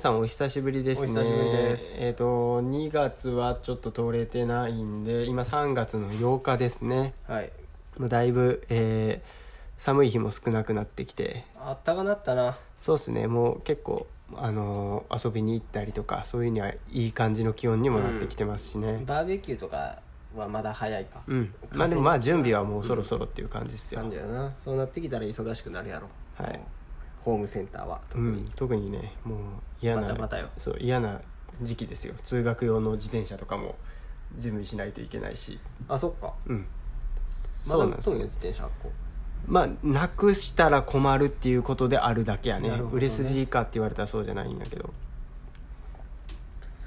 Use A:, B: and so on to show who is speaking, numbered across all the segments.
A: さんお久しぶりですね
B: お久しぶりです
A: えっ、と2月はちょっと通れてないんで今3月の8日ですね
B: はい
A: もうだいぶ、えー寒い日も少なくなってきて
B: あったかなったな
A: そうですねもう結構あのー遊びに行ったりとかそういうにはいい感じの気温にもなってきてますしね
B: バーベキューとかはまだ早いか
A: うん、まあでもまあ準備はもうそろそろっていう感じですよ、
B: 感じやなそうなってきたら忙しくなるやろ
A: はい
B: ホームセンターは特
A: う
B: に、
A: ん、特にねもう嫌な
B: バタバタよ
A: そう嫌な時期ですよ通学用の自転車とかも準備しないといけないし
B: あそっか
A: うん
B: ま
A: そ
B: だ
A: う
B: 売
A: なん
B: っ
A: です
B: とん
A: よ
B: よ自転車発行
A: まあなくしたら困るっていうことであるだけやね
B: なるほどね
A: 売れ筋以下って言われたらそうじゃないんだけど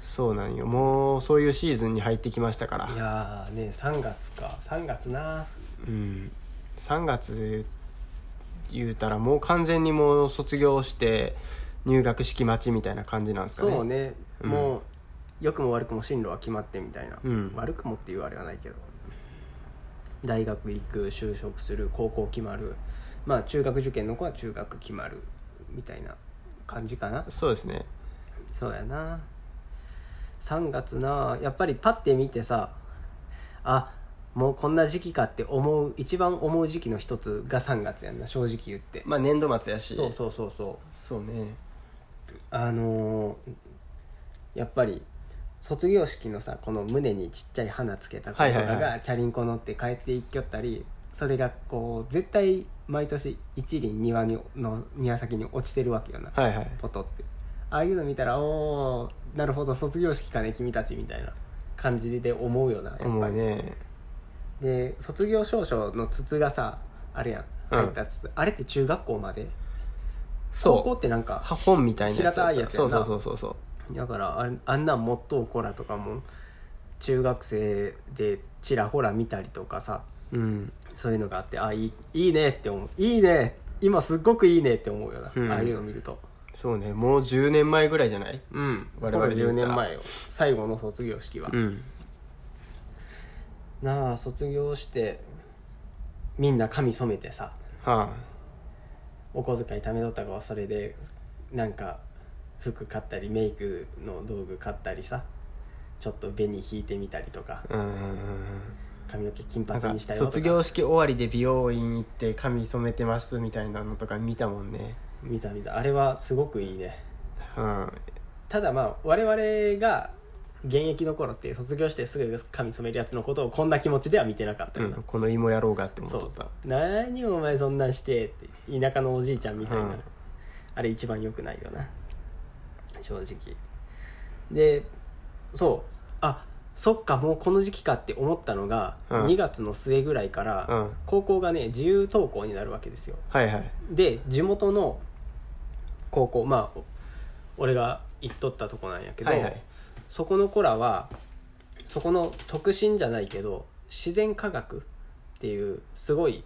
A: そうなんよもうそういうシーズンに入ってきましたから
B: いやーね3月か3月な
A: うん、3月言うたらもう完全にもう卒業して入学式待ちみたいな感じなんですかね
B: そうね、
A: うん
B: もう良くも悪くも進路は決まってみたいな、
A: うん
B: 悪くもっていうあれはないけど大学行く就職する高校決まるまあ中学受験の子は中学決まるみたいな感じかな
A: そうですね
B: そうやな3月なやっぱりパッて見てさあもうこんな時期かって思う一番思う時期の一つが3月やんな正直言って、
A: まあ年度末やし
B: そうそうそうそう
A: そうね
B: あのーやっぱり卒業式のさこの胸にちっちゃい花つけた子とか
A: はいはいは
B: がチャリンコ乗って帰っていきよったりそれがこう絶対毎年一輪庭にの庭先に落ちてるわけよな
A: はいはい
B: ポトってああいうの見たらおーなるほど卒業式かね君たちみたいな感じで思うよなやっぱり
A: 思うね
B: で卒業証書の筒がさあれやん
A: うん
B: 入った筒、あれって中学校まで高校
A: そ
B: ってなんか
A: う本みたいなやつ
B: 平たいやつ
A: そ
B: や
A: うんそ
B: な
A: うそうそうそう
B: だからあんあんなん持っとう子らとかも中学生でちらほら見たりとかさ
A: うん
B: そういうのがあってあいいいいねって思ういいね今すっごくいいねって思うよな、
A: うん
B: ああいうの見ると
A: そうねもう10年前ぐらいじゃない
B: うん
A: 我
B: 我
A: 々
B: 々
A: で言
B: 10
A: ったら
B: 年前よ最後の卒業式は、
A: うん
B: なあ卒業してみんな髪染めてさ
A: は
B: お小遣い貯めとった子はそれでなんか服買ったりメイクの道具買ったりさちょっと紅引いてみたりとか
A: あうん
B: 髪の毛金
A: なん
B: 髪
A: か
B: にしたよとか
A: 卒業式終わりで美容院行って髪染めてますみたいなのとか見たもんね
B: 見た見たあれはすごくいいね
A: うん
B: ただまあ我々が現役の頃って卒業してすぐ髪染めるやつのことをこんな気持ちでは見てなかった
A: う
B: よ
A: ん
B: な、
A: この芋野郎がって思っ
B: そ
A: と
B: う
A: った
B: 何お前そんなんしてって田舎のおじいちゃんみたいな、
A: うん
B: あれ一番良くないよな正直でそうあそっかもうこの時期かって思ったのが、
A: うん
B: 2月の末ぐらいか
A: う
B: ら
A: ん
B: 高校がね自由登校になるわけですよ
A: はいはい
B: で地元の高校まあお俺が行っとったとこなんやけど、
A: はいはい
B: そこの子らはそこの特進じゃないけど自然科学っていうすごい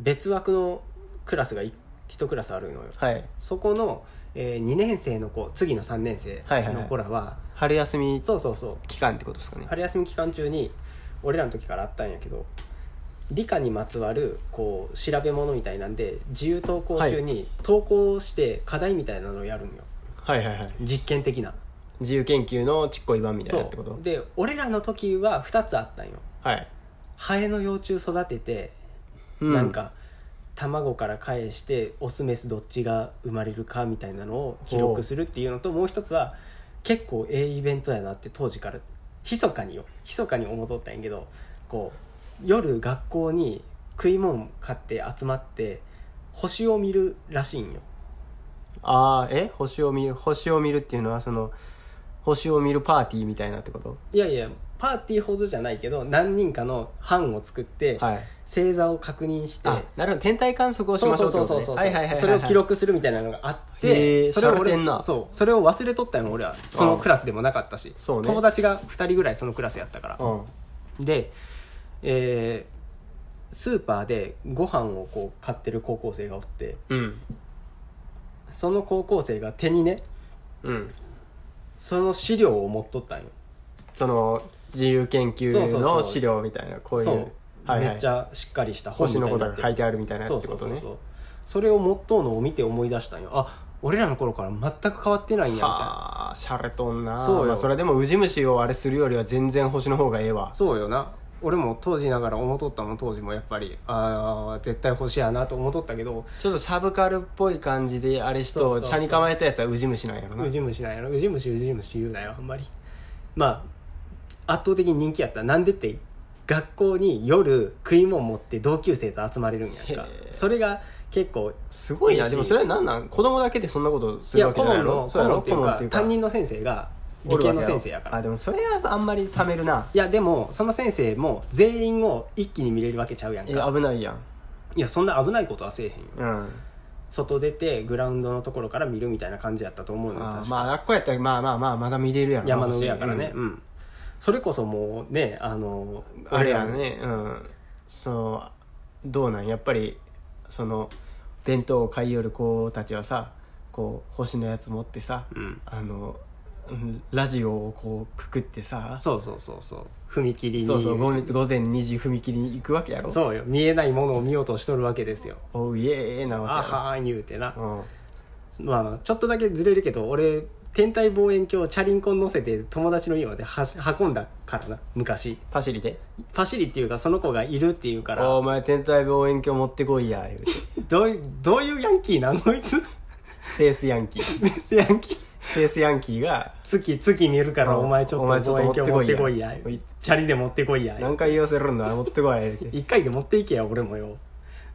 B: 別枠のクラスがい一クラスあるのよ
A: はい
B: そこの、え2年生の子次の3年生
A: はいはいはい
B: の子らは,、
A: 春休み
B: そうそうそう
A: 期間ってことですかね
B: 春休み期間中に俺らの時からあったんやけど理科にまつわるこう調べ物みたいなんで自由登校中に登校して課題みたいなのをやるんよ、
A: はいはいはい
B: 実験的な
A: 自由研究のちっこい版みたいなってこと
B: で俺らの時は2つあったんよ
A: はい、
B: ハエの幼虫育てて、
A: う
B: なんか卵から返してオスメスどっちが生まれるかみたいなのを記録するっていうのともう一つは結構ええイベントやなって当時から密かによ密かに思っとったんやけどこう夜学校に食い物買って集まって星を見るらしいんよ
A: ああえ星を見る星を見るっていうのはその星を見るパーティーみたいなってこと
B: いやいやパーティーほどじゃないけど何人かの班を作って
A: はい
B: 星座を確認して、
A: あなるほど天体観測をしましょうって
B: そ
A: こ
B: う
A: とね
B: そうそうそう
A: はいはいはいはい
B: それを記録するみたいなのがあっ
A: へー
B: てそれを
A: 洒落てんな
B: 俺そうそれを忘れとったよ俺はそのクラスでもなかったし
A: そうね
B: 友達が2人ぐらいそのクラスやったから
A: うん
B: でえースーパーでご飯をこう買ってる高校生がおって
A: うん
B: その高校生が手にね
A: うん
B: その資料を持っとったんよ
A: その自由研
B: そうそ
A: 究
B: うそ
A: の
B: う
A: 資料みたいなこういう
B: そう、
A: はいはい、
B: めっちゃしっかりした本
A: 星
B: みたい
A: の
B: に
A: こと
B: なっ
A: が
B: て
A: 書いてあるみたいなやつ
B: そう
A: って
B: そ
A: こ
B: う
A: と
B: そう
A: ね
B: そうそれを持っとうのを見て思い出したんよあ俺らの頃から全く変わってないんやみたいな
A: はあしゃれとんな
B: そうよ
A: まあ、それでもウジ虫をあれするよりは全然星の方がええわ
B: そうよな俺も当時ながら思うとったもん当時もやっぱりああ絶対欲しいやなと思うとったけど
A: ちょっとサブカルっぽい感じであれし
B: そうそ
A: と
B: うそう
A: 車に構えたやつはウジ虫なんやろな
B: ウジ虫なんやろウジ虫ウジ虫言うなよあんまりまあ圧倒的に人気やったなんでって学校に夜食い物持って同級生と集まれるんやん
A: へ
B: か
A: え
B: それが結構
A: すごい
B: いい
A: な
B: し
A: でもそれは何なん子供だけでそんなことする
B: いや
A: わけ
B: 顧
A: じゃない
B: 問
A: やろ
B: の
A: そう
B: 顧
A: やろ
B: 問っていう
A: 顧問
B: か
A: っていうか
B: 担任の先生が
A: おる
B: 理
A: わ
B: 系
A: け
B: の
A: やろ
B: 先生やから
A: あでもそれはあんまり冷めるない
B: やでもその先生も全員を一気に見れるわけちゃうやん
A: い
B: か
A: や危ないやん
B: いやそんな危ないことはせえへんよ
A: うん
B: 外出てグラウンドのところから見るみたいな感じやったと思うのよ
A: あー
B: 確か
A: まああっこやったらまあまあまあまだ見れるやろな
B: 山の上やからね
A: う
B: うんんそれこそもうねあの
A: あれやねうんそうどうなんやっぱりその弁当を買い寄る子たちはさこう星のやつ持ってさ
B: うん
A: あのうんラジオをこうくくってさ
B: そうそうそうそう踏切に
A: そうそう午前午前2時踏切に行くわけやろ
B: そうよ見えないものを見ようとしとるわけですよ
A: おうイエーイな
B: あ
A: わけや
B: はーん言うてな
A: ろうん
B: まあちょっとだけずれるけど俺天体望遠鏡をチャリンコに乗せて友達の家まではし運んだからな昔
A: パシリで
B: パシリっていうかその子がいるっていうから
A: お前天体望遠鏡持ってこいや言うて
B: どういうどういうヤンキーなん そいつ
A: スペースヤンキース
B: ヤンキー
A: ペースヤンキーが
B: 月月見るから
A: うん
B: お前ちょ
A: お前
B: っ
A: ちょ
B: と
A: っ
B: 望
A: と
B: 遠鏡持ってこい
A: 持
B: や
A: ってこいや
B: チャリで持ってこいや
A: 何回言わせるんだ持ってこい言うて
B: 一回で持っていけや俺もよ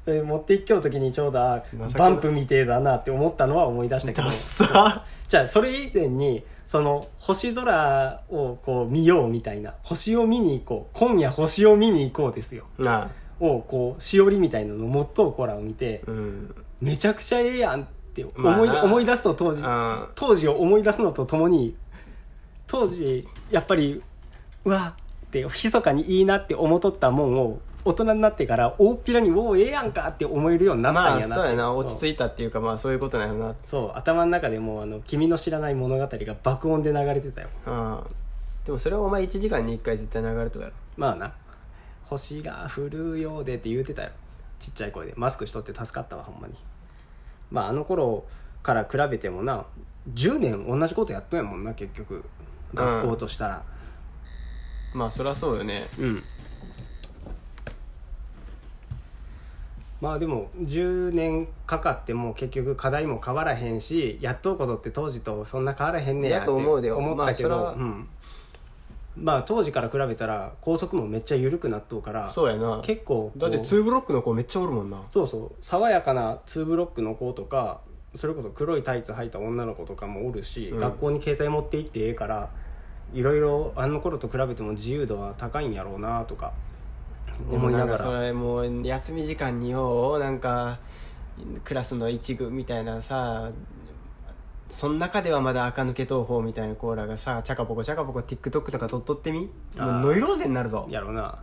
B: で持っていきょう時にちょうどあ
A: 情けな
B: バンプみてえだなって思ったのは思い出したけど
A: ダッサ
B: じゃあそれ以前にその星空をこう見ようみたいな星を見に行こう今夜星を見に行こうですよ
A: なあ
B: をこうしおりみたいなのもっとうコラを見て
A: うん
B: めちゃくちゃええやんって思い,、
A: まあな
B: 思い出すと当時
A: あ
B: 当時を思い出すのとともに当時やっぱりうわって密かにいいなって思っとったもんを大人になってから大っぴらに「おおええやんか!」って思えるようになった
A: ま
B: ん
A: あ
B: やな
A: そうやな落
B: い
A: ち着いたっていうかまあそういうことなんや
B: そう頭の中でもうあの「君の知らない物語」が爆音で流れてたよ
A: なうんでもそれはお前1時間に1回絶対流れとるやろ
B: まあな「星が降るようで」って言うてたよちっちゃい声でマスクしとって助かったわほんまにまああの頃から比べてもな10年同じことやっとんやもんな結局学校としたら
A: まあそりゃそうよね
B: うんまあでも10年かかっても結局課題も変わらへんしやっとうことって当時とそんな変わらへんねや
A: やと思うでよ
B: って思ったけど、
A: まあそれは
B: うんまあ当時から比べたら高速もめっちゃ緩くなっとうから
A: そうやな
B: 結構こう
A: だって2ブロックの子めっちゃおるもんな
B: そうそう爽やかな2ブロックの子とかそれこそ黒いタイツ履いた女の子とかもおるし、
A: うん
B: 学校に携帯持って行ってええからいろいろあの頃と比べても自由度は高いんやろうなとか思いなが
A: でもんからそれもう休み時間にようなんかクラスの一軍みたいなさその中ではまだ垢抜け投法みたいなコーラがさチャカポコチャカポコ TikTok とか撮っとってみ
B: あ
A: も
B: ー
A: うノイローゼになるぞ
B: やろうな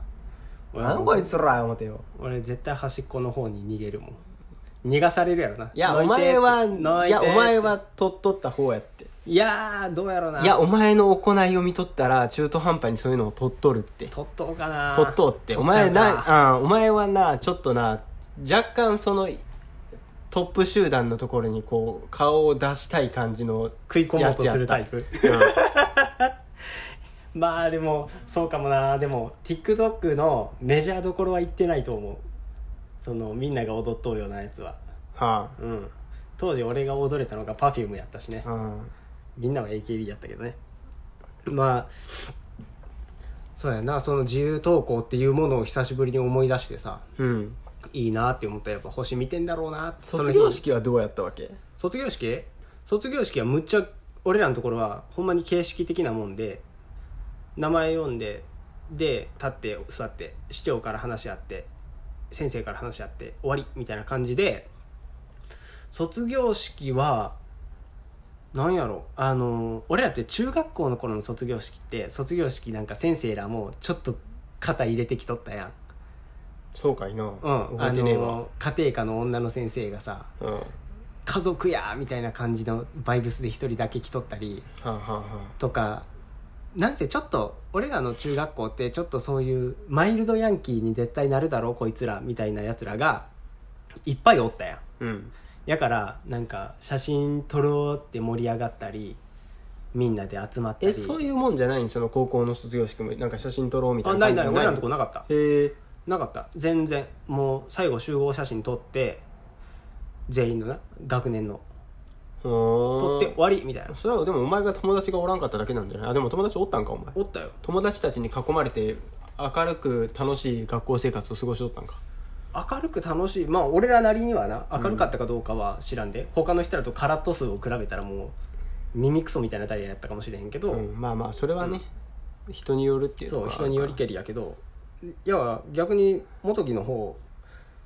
A: なんこいつら思てよ
B: 俺絶対端っこの方に逃げるもん逃がされるやろない
A: いや
B: て
A: お前は
B: の
A: いや
B: て
A: お前は撮っとった方やって
B: いやーどうやろうない
A: やお前の行いを見とったら中途半端にそういうのを取っとるって
B: 取っとうかな
A: 取っとうってお
B: 取っちゃ
A: 前
B: うか
A: な、うん、お前はなちょっとな若干そのトップ集団のところにこう顔を出したい感じの
B: 食い込もうとするタイ
A: う
B: プ
A: ん
B: まあでもそうかもなでも TikTok のメジャーどころは行ってないと思うそのみんなが踊っとうようなやつは
A: は
B: うん当時俺が踊れたのが Perfume やったしね
A: あうん
B: みんなは AKB やったけどねまあそうやなその自由投稿っていうものを久しぶりに思い出してさ
A: うん
B: いいなって思ったやっぱ星見てんだろうなってその
A: 卒
B: 日
A: 業式はどうやったわけ
B: 卒業式卒業式はむっちゃ俺らのところはほんまに形式的なもんで名前読んでで立って座って市長から話し合って先生から話し合って終わりみたいな感じで卒業式はなんやろあの俺らって中学校の頃の卒業式って卒業式なんか先生らもちょっと肩入れてきとったやん、
A: そうかいな
B: うん、
A: 覚えてねえわ
B: の家庭科の女の先生がさ
A: うんは
B: 家族やみたいな感じのバイブスで一人だけ来とったり
A: あはあは
B: とかなんせちょっと俺らの中学校ってちょっとそういうマイルドヤンキーに絶対なるだろうこいつらみたいなやつらがいっぱいおったやん
A: あうん
B: やからなんか写真撮ろうって盛り上がったりみんなで集まったり
A: えそういうもんじゃないんその高校の卒業式もなんか写真撮ろうみた
B: あ
A: い
B: な
A: ない感じ
B: ない
A: じゃ
B: 俺ら
A: の
B: のとこなかった
A: へえ
B: なかった全然もう最後集合写真撮って全員のな学年の撮
A: 撮
B: って終わりみたいな
A: それはでもお前が友達がおらんかっただけなんじゃないあでも友達おったんかお前
B: おったよ
A: 友達たちに囲まれて明るく楽しい学校生活を過ごしとったんか
B: 明るく楽しいまあ俺らなりにはな明るかったかどうかは知らんで、他の人らとカラット数を比べたらもう耳クソみたいなダイヤやったかもしれへんけど、
A: うん、まあまあそれはね、人によるっていう
B: そう
A: ところは
B: 人によりけりやけどいや逆に元木の方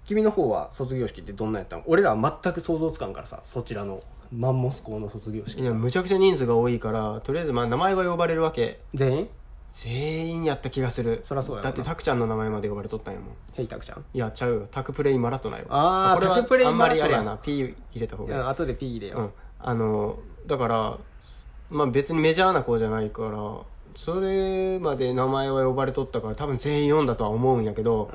B: 君の方は卒業式ってどんなんやったの俺らは全く想像つかんからさそちらのマンモス校の卒業式
A: いやむちゃくちゃ人数が多いからとりあえずまあ名前は呼ばれるわけ
B: 全員
A: 全員やった気がする
B: そらそうやろ
A: だ
B: な
A: ってタクちゃんの名前まで呼ばれとったんやもん
B: ヘイタクちゃん
A: いやちゃうよタクプレイマラトナよ
B: あー
A: これは
B: タクプレイ
A: あんま
B: マラト
A: り
B: ナ
A: あれやな P 入れた方
B: い
A: がいい
B: や後で P 入れよ、
A: うん、あのだから、まあ、別にメジャーな子じゃないからそれまで名前は呼ばれとったから多分全員読んだとは思うんやけど、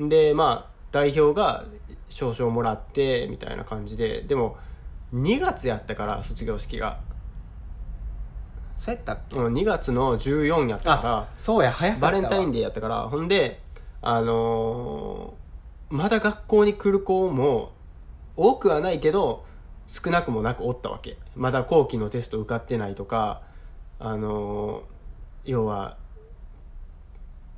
B: うん
A: でまあ代表が少々もらってみたいな感じででも2月やったから卒業式が、
B: そうやったっけ
A: うん、2月の14やったか
B: そうや早
A: らバレンタインデ
B: デ
A: ーやったからほんであのーまだ学校に来る子も多くはないけど少なくもなくおったわけまだ後期のテスト受かってないとかあのー要は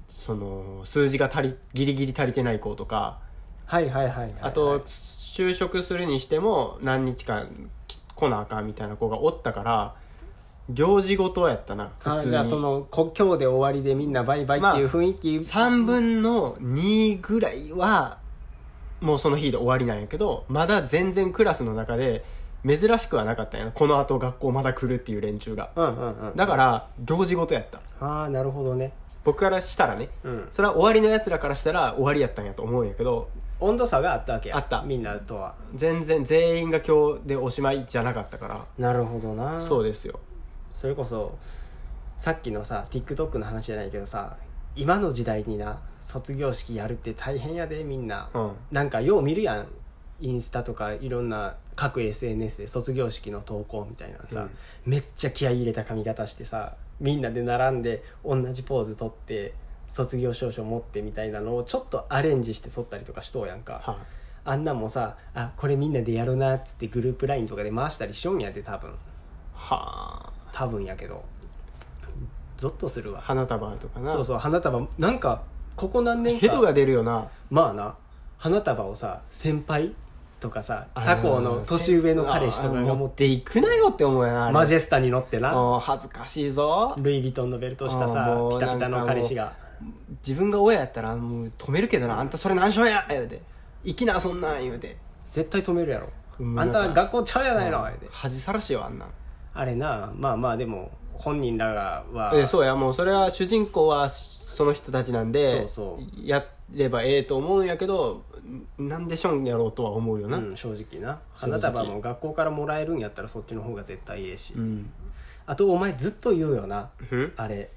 A: その数字が足りギリギリ足りてない子とか
B: はいはいはいはいはい
A: あと就職するにしても何日かき来なあかんみたいな子がおったから行事ごとやったな
B: あ
A: 普通
B: じゃあそ
A: に
B: のこ今日で終わりでみんなバイバイっていう雰囲気、
A: 3分の2ぐらいはもうその日で終わりなんやけどまだ全然クラスの中で珍しくはなかったんやなこのあと学校まだ来るっていう連中が
B: うんうんうん
A: だから行事ごとやった
B: ああなるほどね
A: 僕からしたらね
B: うん
A: それは終わりのやつらからしたら終わりやったんやと思うんやけど
B: 温度差があったわけや
A: あった
B: みんなとは
A: 全然全員が今日でおしまいじゃなかったか
B: なるほどな
A: らそうですよ
B: それこそさっきのさ TikTok の話じゃないけどさ今の時代にな卒業式やるって大変やでみんな、
A: うん
B: なんかよう見るやんインスタとかいろんな各 SNS で卒業式の投稿みたいなのさ、めっちゃ気合い入れた髪型してさみんなで並んで同じポーズ撮って卒業証書持ってみたいなのをちょっとアレンジして撮ったりとかしとうやんか、
A: はい
B: あんなんもさあこれみんなでやるなっつってグループ LINE とかで回したりしようんやで多分
A: はあ
B: 多分やけどゾッとするわ
A: 花束とかな
B: そうそう花束なんかここ何年か
A: ヘドが出るよな
B: まあな花束をさ先輩とかさ
A: あー
B: 他校の年上の彼氏とかが
A: あー
B: 持
A: 持
B: っ
A: ってていくなよって思うやなあれ
B: マジェスタに乗ってな
A: あー恥ずかしいぞ
B: ルイ・ヴィトンのベルトした
A: あー
B: さ
A: もう
B: ピタピタの彼氏が
A: 自分が親やったらもう止めるけどなあんたそれ何しょや言うて生きなそんなん言うて
B: 絶対止めるやろ
A: うん
B: あんた学校ちゃうやないの
A: うん
B: 言うて
A: 恥さらしよあんなん
B: あれなまあまあでも本人らがは
A: えそうやもうそれは主人公はその人たちなんで
B: そうそ
A: やればええと思うんやけどんなんでしょんやろうとは思うよな、
B: うん、正直な
A: 正直
B: 花束も学校からもらえるんやったらそっちの方が絶対ええし、
A: うん
B: あとお前ずっと言うよな
A: うん
B: あれ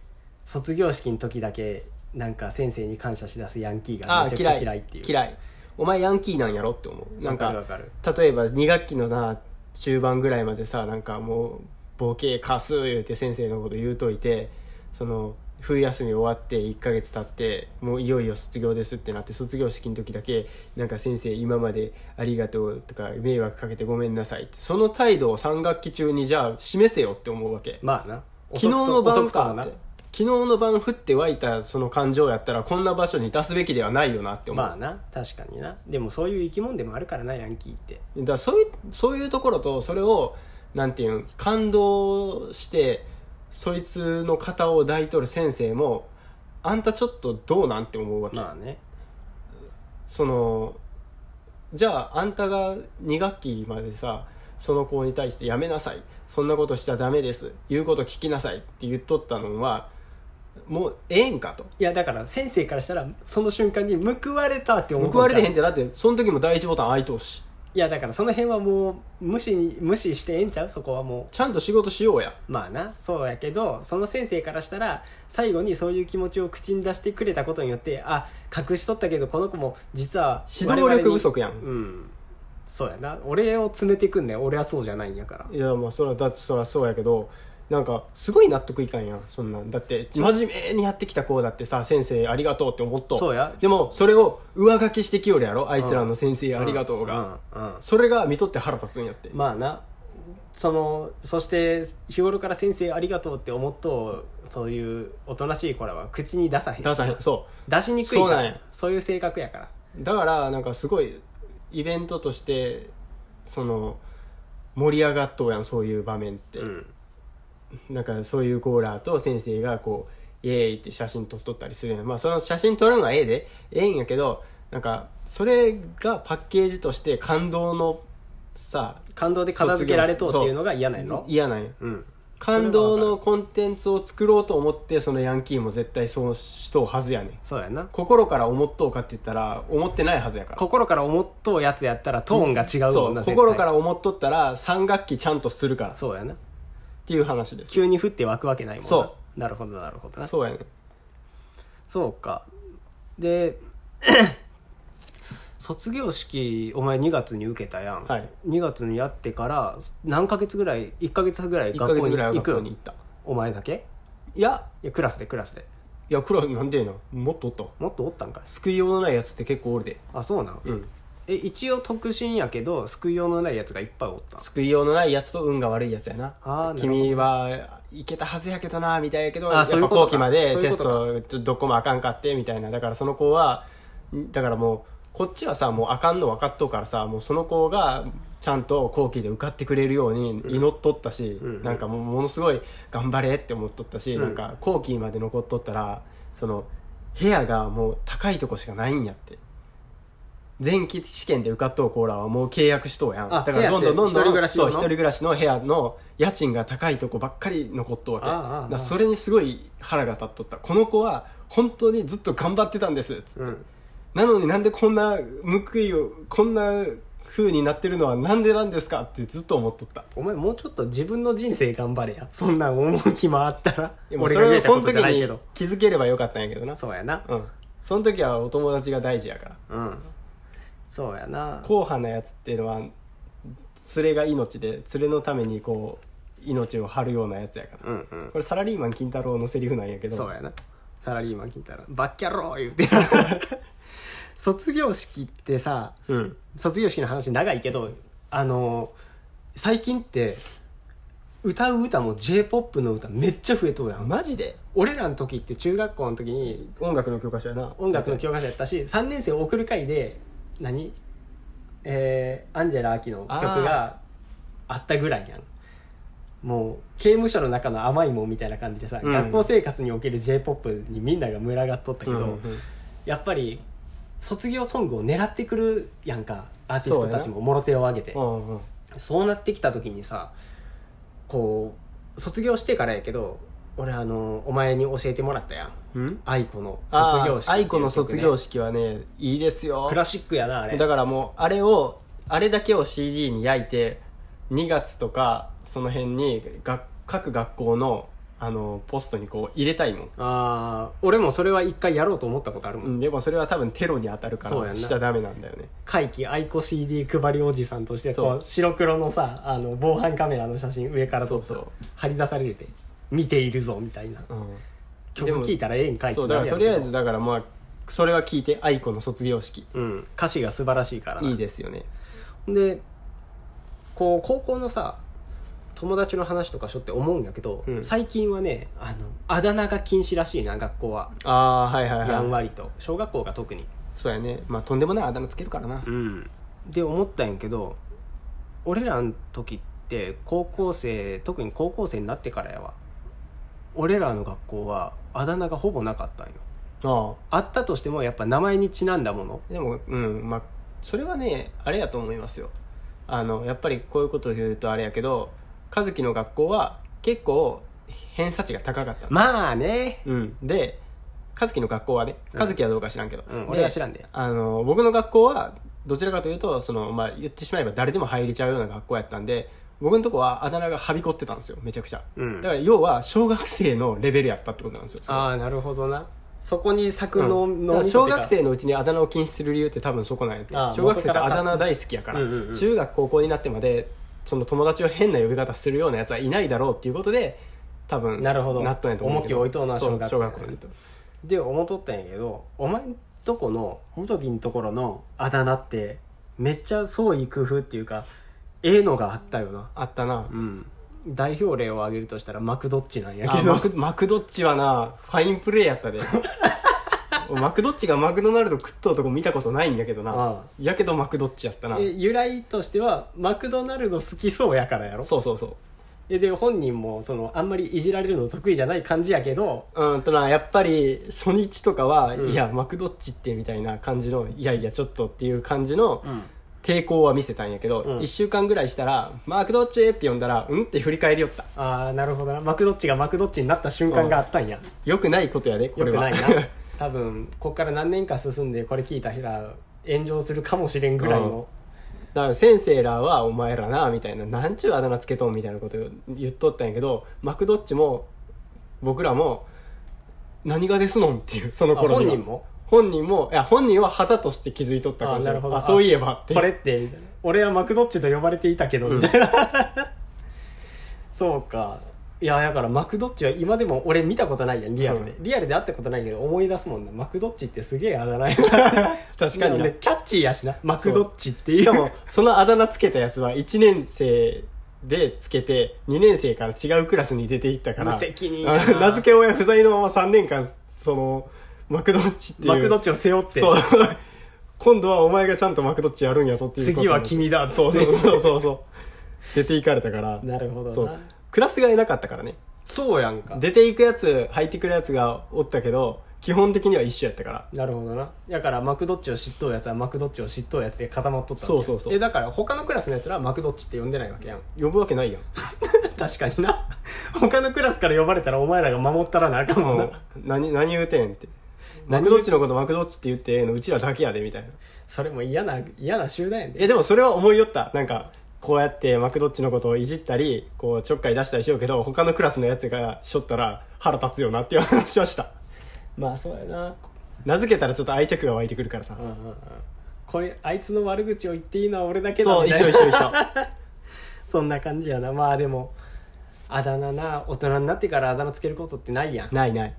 B: 卒業式の時だけなんか先生に感謝しだすヤンキーが
A: あ
B: めち
A: あ
B: ゃくち
A: 嫌い
B: ゃ嫌いっていう
A: 嫌いお前ヤンキーなんやろって思うなん
B: わかる
A: か
B: わかる
A: 例えば2学期のな中盤ぐらいまでさなんかもうボケかす言うて先生のこと言うといてその冬休み終わって1ヶ月経ってもういよいよ卒業ですってなって卒業式の時だけなんか先生今までありがとうとか迷惑かけてごめんなさいってその態度を3学期中にじゃあ示せよって思うわけ
B: まあな
A: 昨日の
B: 遅
A: 晩
B: くとも
A: か
B: な
A: って昨日の晩降って湧いたその感情やったらこんな場所に出すべきではないよなって思う
B: まあな確かになでもそういう生き物でもあるからなヤンキーって
A: だからそういうそういうところとそれをなんていうん感動してそいつの肩を抱いとる先生もあんたちょっとどうなんて思うわけ、
B: まあね
A: そのじゃああんたが2学期までさその子に対して「やめなさいそんなことしちゃダメです言うこと聞きなさい」って言っとったのはもうええんかと
B: いやだから先生からしたらその瞬間に報われたって思う
A: 報われてへん
B: い
A: ってだってその時も第一ボタン開いとうし
B: やだからその辺はもう無視に無視してええんちゃうそこはもう
A: ちゃんと仕事しようや
B: まあなそうやけどその先生からしたら最後にそういう気持ちを口に出してくれたことによってあ隠しとったけどこの子も実は
A: 指導力不
B: 我
A: 足やん
B: 々にうんそうやな俺を詰めていくんだよ俺はそうじゃないんやから
A: いやまあそれはだってそれはそうやけどなんかすごい納得いかんやんそんなんだって真面目にやってきた子だってさ先生ありがとうって思っと
B: そうや
A: でもそれを上書きしてきよるやろあいつらの先生ありがとうが、
B: うんうん
A: それが見とって腹立つんやって、
B: まあなそのそして日頃から先生ありがとうって思っとうそういうおとなしい子らは口に出さへん
A: 出さへんそ
B: 出しにくいか
A: そ
B: ら
A: うなんや
B: そういう性格やから
A: うだからなんかすごいイベントとしてその盛り上がっとうやんそういう場面って、
B: うん
A: なんかそういうコーラーと先生がこうイエーイって写真撮っとったりするやんまあその写真撮るのはええでええんやけどなんかそれがパッケージとして感動のさ
B: 感動で片付けられとうっていうのが嫌なんやろ
A: 嫌なんや
B: うん
A: 感動
B: それは
A: の
B: わ
A: コンテンツを作ろうと思ってそのヤンキーも絶対そうしとうはずやねん
B: そうやな
A: 心から思っとうかって言ったら思ってないはずやから
B: 心から思っとうやつやったらトーンが違う
A: そ
B: もん
A: う
B: な
A: 心からら思っとったら3学期ちゃんとするからっ
B: そうやな
A: ていう話です
B: 急に降って湧くわけないもんな
A: そ
B: なるほどなるほどな
A: そうやねん
B: そうかで 卒業式お前2月に受けたやん、
A: はい
B: 2月にやってから何ヶ月ぐらい1ヶ月ぐらい
A: 1ヶ
B: 学校
A: 月
B: に
A: ぐらいは
B: 行く
A: 学校
B: よ
A: に行った
B: お前だけ
A: いや
B: いやクラスでクラスで
A: いや黒なんでやなもっとおったわ
B: もっとおったんかい
A: 救いようのないやつって結構おるで
B: あそうなん、
A: うん
B: え一応特進やけど救いようのないやつがいっぱいおったん
A: 救いようのないやつと運が悪いやつやな
B: あーなるほど
A: 君はいけたはずやけどなみたいやけど
B: あー
A: やっ
B: そういう
A: ぱ
B: ことか
A: 後期まで
B: そういう
A: テ
B: こ
A: ス
B: とか
A: トちょどこもあかんかってみたいなだからその子はんだからもうこっちはさもうあかんの分かっとうからさもうその子がちゃんと後期で受かってくれるように祈っとったし、
B: うんうん
A: なんかもうものすごい頑張れって思っとったし、
B: うん
A: なんか後期まで残っとったらその部屋がもう高いとこしかないんやって前期試験で受かっとうコーラはもう契約しとうやん
B: あ
A: だからどんどんどんどん
B: 部屋って一人暮らし用
A: そう
B: の
A: 一人暮らしの部屋の家賃が高いとこばっかり残っとうわけ
B: ああああ
A: だからそれにすごい腹が立っとったこの子は本当にずっと頑張ってたんですつ
B: うん
A: なのになんでこんな報いをこんな風になってるのはなんでなんですかってずっと思っとった
B: お前もうちょっと自分の人生頑張れやそんなん思う暇あったら
A: いやもう
B: 俺
A: そ
B: が
A: れを
B: 言えた
A: そ
B: こ
A: の
B: と
A: 時
B: じゃない
A: に
B: けど
A: 気づければよかったんやけどな
B: そうやな
A: うんその時はお友達が大事やから
B: うんそうやな
A: 硬派なやつっていうのは連れが命で連れのためにこう命を張るようなやつやから
B: うんうん
A: これサラリーマン金太郎のセリフなんやけど
B: そうやなサラリーマン聞いたら「バッキャロー」言うて 卒業式ってさ
A: うん
B: 卒業式の話長いけどあの最近って歌う歌も j p o p の歌めっちゃ増えとるやん、
A: マジで
B: 俺らの時って中学校の時に
A: 音楽の教科書やな
B: 音楽の教科書やったし3年生を送る会で何えーアンジェラ・アキの曲があったぐらいやんもう刑務所の中の甘いもんみたいな感じでさ、
A: うん
B: 学校生活における j p o p にみんなが群がっとったけど、
A: うんうんうん
B: やっぱり卒業ソングを狙ってくるやんかアーティストたち
A: そう
B: ももろ手を挙げて
A: うんうん
B: そうなってきた時にさこう卒業してからやけど俺あのお前に教えてもらったやん
A: うん
B: 愛子の
A: あ
B: 卒業式
A: ー愛子の卒業
B: 式
A: 式はねいいですよ
B: クラシックやなあれ
A: だからもうあれをあれだけを CD に焼いて2月とかその辺にが各学校のあのポストにこう入れたいもん
B: あー俺もそれは一回やろうと思ったことあるも、
A: うんんでもそれは多分テロに当たるか
B: そう
A: ら
B: やんな
A: しちゃダメなんだよね
B: 怪奇愛子 CD 配りおじさんとしてこ
A: そうう
B: 白黒のさあの防犯カメラの写真上から撮って
A: そうそう
B: 貼り出されてて見ているぞみたいな
A: うん
B: 曲聴いたらええんかいって
A: そうだ
B: な
A: から
B: るや
A: と
B: ろうけ
A: りあ
B: ど
A: えずだからまあそれは聞いて愛子の卒業式
B: うん、歌詞が素晴らしいからない
A: いですよね
B: でこう高校のさ友達の話とかしょって思うんやけど、
A: うん
B: 最近はねあのあだ名が禁止らしいな学校は
A: ああはいはい
B: やん
A: はい
B: わりと小学校が特に
A: そうやねまあとんでもないあだ名つけるからな
B: うんで思ったんやけど俺らの時って高校生特に高校生になってからやわ俺らの学校はあだ名がほぼなかったんよ
A: あ
B: あったとしてもやっぱ名前にちなんだもの
A: あでもうんまあそれはねあれやと思いますよあのやっぱりこういうことを言うとあれやけど和樹の学校は結構偏差値が高かったんですよ
B: まあね
A: うん、で和樹の学校はね
B: うん
A: 和樹はどうか知らんけど、
B: うん
A: で
B: 俺は知らんで
A: あの僕の学校はどちらかというとその、まあ、言ってしまえば誰でも入れちゃうような学校やったんで僕のとこはあだ名がはびこってたんですよめちゃくちゃ
B: うん
A: だから要は小学生のレベルやったってことなんですよ
B: ああなるほどなそこに咲くの、
A: うんだ
B: の
A: から小学生のうちにあだ名を禁止する理由って多分そこなんやって
B: あー
A: 小学生ってあだ名大好きやから、
B: 元からうんうんうん
A: 中学高校になってまでその友達を変な呼び方するようなやつはいないだろうっていうことで多分
B: なるほど
A: なっとんやと思うけど
B: 重きを置いとうな
A: そう
B: 小学生
A: 小学校にと
B: で思っとったんやけどお前んとこの元木んところのあだ名ってめっちゃ創意工夫っていうかええのがあったよな
A: あったな
B: うん代表例を挙げるとしたらマクドッチなんや
A: あ
B: けど
A: マクマクドッチはなファインプレーや ったでマクドッチがマクドナルド食っとうとこ見たことないんやけどな
B: あ
A: やけどマクドッチやったな
B: え由来としてはマクドナルド好きそうやからやろ
A: そうそうそ
B: えで本人もそのあんまりいじられるの得意じゃない感じやけど
A: ううんとなやっぱり初日とかは、
B: うん
A: いやマクドッチってみたいな感じのいやいやちょっとっていう感じの
B: ん
A: 抵抗は見せたんやけど、
B: うん
A: 1週間ぐらいしたら「マクドッチ!」って呼んだら「うん?」って振り返りよった
B: ああなるほどなマクドッチがマクドッチになった瞬間があったんや、
A: よくないことやでこ
B: よ
A: れ
B: く
A: は
B: ないな 多分こっから何年か進んでこれ聞いた人ら炎上するかもしれんぐらいの、
A: だから先生らはお前らなみたいななんちゅうあだ名つけとんみたいなこと言っとったんやけどマクドッチも僕らも何がですのんっていうその
B: あ
A: 頃
B: 本
A: には
B: 人も
A: 本人もいや本人は旗として気づいとったかもしれ
B: あなるほど
A: あそういえばって
B: これってみたいな俺はマクドッチと呼ばれていたけど
A: うん
B: みたいな、 そうかいやだからマクドッチは今でも俺見たことないやんリアルで、
A: う
B: リアルで会ったことないけど思い出すもんなマクドッチってすげえあだ名や
A: 確かにな
B: で キャッチーやしなマクドッチっていう
A: しかもそのあだ名つけたやつは1年生でつけて2年生から違うクラスに出ていったから
B: 無責任 や な
A: 名付け親不在のまま3年間そのマクドッチっていう
B: マクドッチを背負って
A: そう 今度はお前がちゃんとマクドッチやるんやぞっていうこと
B: 次は君だ
A: そうそうそうそうそう出ていかれたから
B: なるほどな
A: そうクラスがいなかったからね
B: そうやんか
A: 出ていくやつ入ってくるやつがおったけど基本的には一緒やったから
B: なるほどなだからマクドッチを知っとうやつはマクドッチを知っとうやつで固まっとったわけ
A: そうそうそう
B: えだから他のクラスのやつらはマクドッチって呼んでないわけやん
A: 呼ぶわけないやん
B: 確かにな 他のクラスから呼ばれたらお前らが守ったらなあかんもんな
A: うん何何言うてんってマ
B: 何
A: クドッチのことマクドッチって言ってええのうちらだけやでみたいな
B: それも嫌な嫌な集団やんで
A: えでもそれは思いよったなんかこうやってマクドッチのことをいじったりこうちょっかい出したりしようけど他のクラスのやつがしょったら腹立つよなっていう話はした
B: まあそうやな
A: 名付けたらちょっと愛着が湧いてくるからさ
B: うんうんうんこれあいつの悪口を言っていいのは俺だけだ
A: そう
B: み
A: 一
B: たいな
A: 緒一緒一 緒
B: そんな感じやなまあでもあだ名な大人になってからあだ名つけることってないやん
A: ないない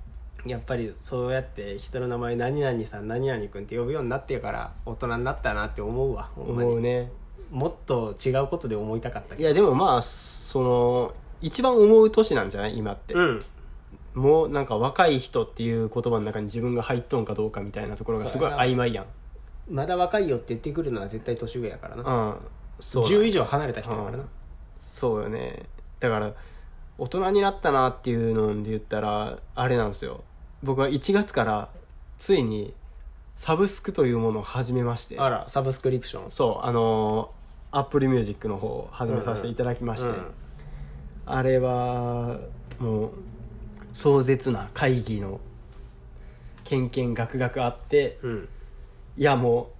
B: やっぱりそうやって人の名前何々さん何々君って呼ぶようになってから大人になったなって思うわほんまに
A: 思うね
B: もっと違うことで思いたかった
A: い
B: けど
A: やでもまあその一番思う年なんじゃない今って、
B: うん
A: もうなんか若い人っていう言葉の中に自分が入っとんかどうかみたいなところがすごい
B: そうやな
A: 曖昧やん
B: まだ若いよって言ってくるのは絶対年上やからな、
A: うんそうだ
B: 10以上離れた人やからな、
A: うんそうよねだから大人になったなっていうので言ったらあれなんですよ僕は1月からついにサブスクというものを始めまして
B: あらサブスクリプション
A: そうあのアップルミュージックの方を始めさせていただきまして、
B: うん
A: あれはもう壮絶な会議のけんけんがくがくあって
B: うん、
A: いやも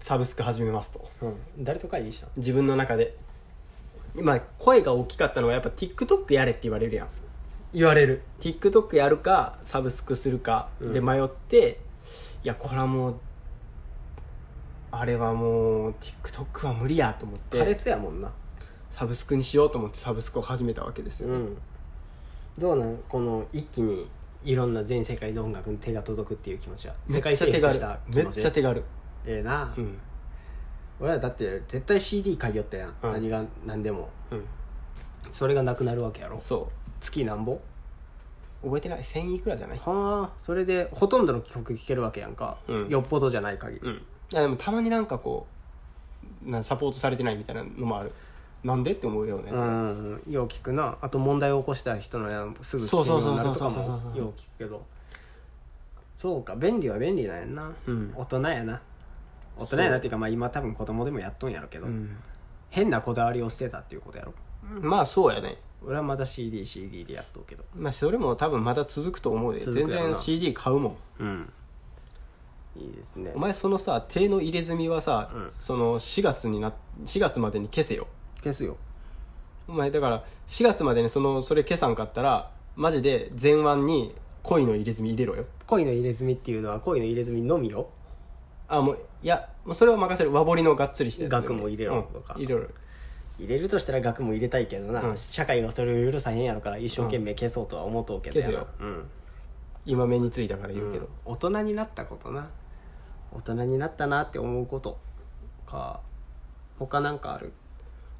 A: うサブスク始めますと
B: うん誰と会議したの
A: 自分の中で今声が大きかったのはやっぱ TikTok やれって言われるやん
B: 言われる
A: TikTok やるかサブスクするか
B: うん
A: で迷って、いやこれはもうあれはもう TikTok は無理やと思っ
B: 苛
A: て
B: 烈やもんな
A: サブスクにしようと思ってサブスクを始めたわけですよ、
B: んどうなんこの一気にいろんな全世界の音楽に手が届くっていう気持ちは
A: め
B: 世
A: っ
B: 界
A: ちゃ
B: 征
A: 手
B: 服
A: 軽
B: した気
A: め
B: 持
A: っ
B: ち
A: ちゃ手軽、
B: ええな、
A: うん
B: 俺らだって絶対 CD 買いよったやん、
A: うん
B: 何が何でも
A: うん、
B: それがなくなるわけやろ
A: そ
B: 月なんぼ
A: う覚えてない1000いくらじゃない
B: はあそれでほとんどの曲聴けるわけやんか、
A: うん
B: よっぽどじゃない限り、
A: うんいやでもたまになんかこうなサポートされてないみたいなのもあるなんでって思うよね、
B: うんよう聞くなあと問題を起こした人のやんすぐ死ぬようになるとか
A: そうそうそうそうそう
B: も
A: そう
B: よう聞くけどそうか便利は便利なんやんな、
A: うん
B: 大人やな大人やなっていうかまあ今多分子供でもやっとんやろけど、
A: うん
B: 変なこだわりを捨てたっていうことやろ
A: まあそうやね
B: 俺はまだ CDCD でやっとうけど
A: まあそれも多分まだ続くと思うで
B: 続
A: 全
B: くやろな
A: 然 CD 買うもん
B: うんいいですね
A: お前そのさ手の入れ墨はさ、
B: うん
A: その4月にな4月までに消せよ
B: 消すよ
A: お前だから4月までにそのそれ消さんかったらマジで前腕に恋の入れ墨入れろよ
B: 恋の入れ墨っていうのは恋の入れ墨のみを
A: あもういやもうそれを任せる和彫りのがっつりして
B: 額も入れろとか
A: 入れろよ
B: 入れるとしたら額も入れたいけどな、
A: うん
B: 社会がそれを許さへんやろから一生懸命消そうとは思うとうけどやな
A: 消
B: うん
A: 今目についたから言
B: 言
A: う
B: う
A: け
B: け
A: ど、
B: ど、大人になったことな大人になったなって思うことか他なんかある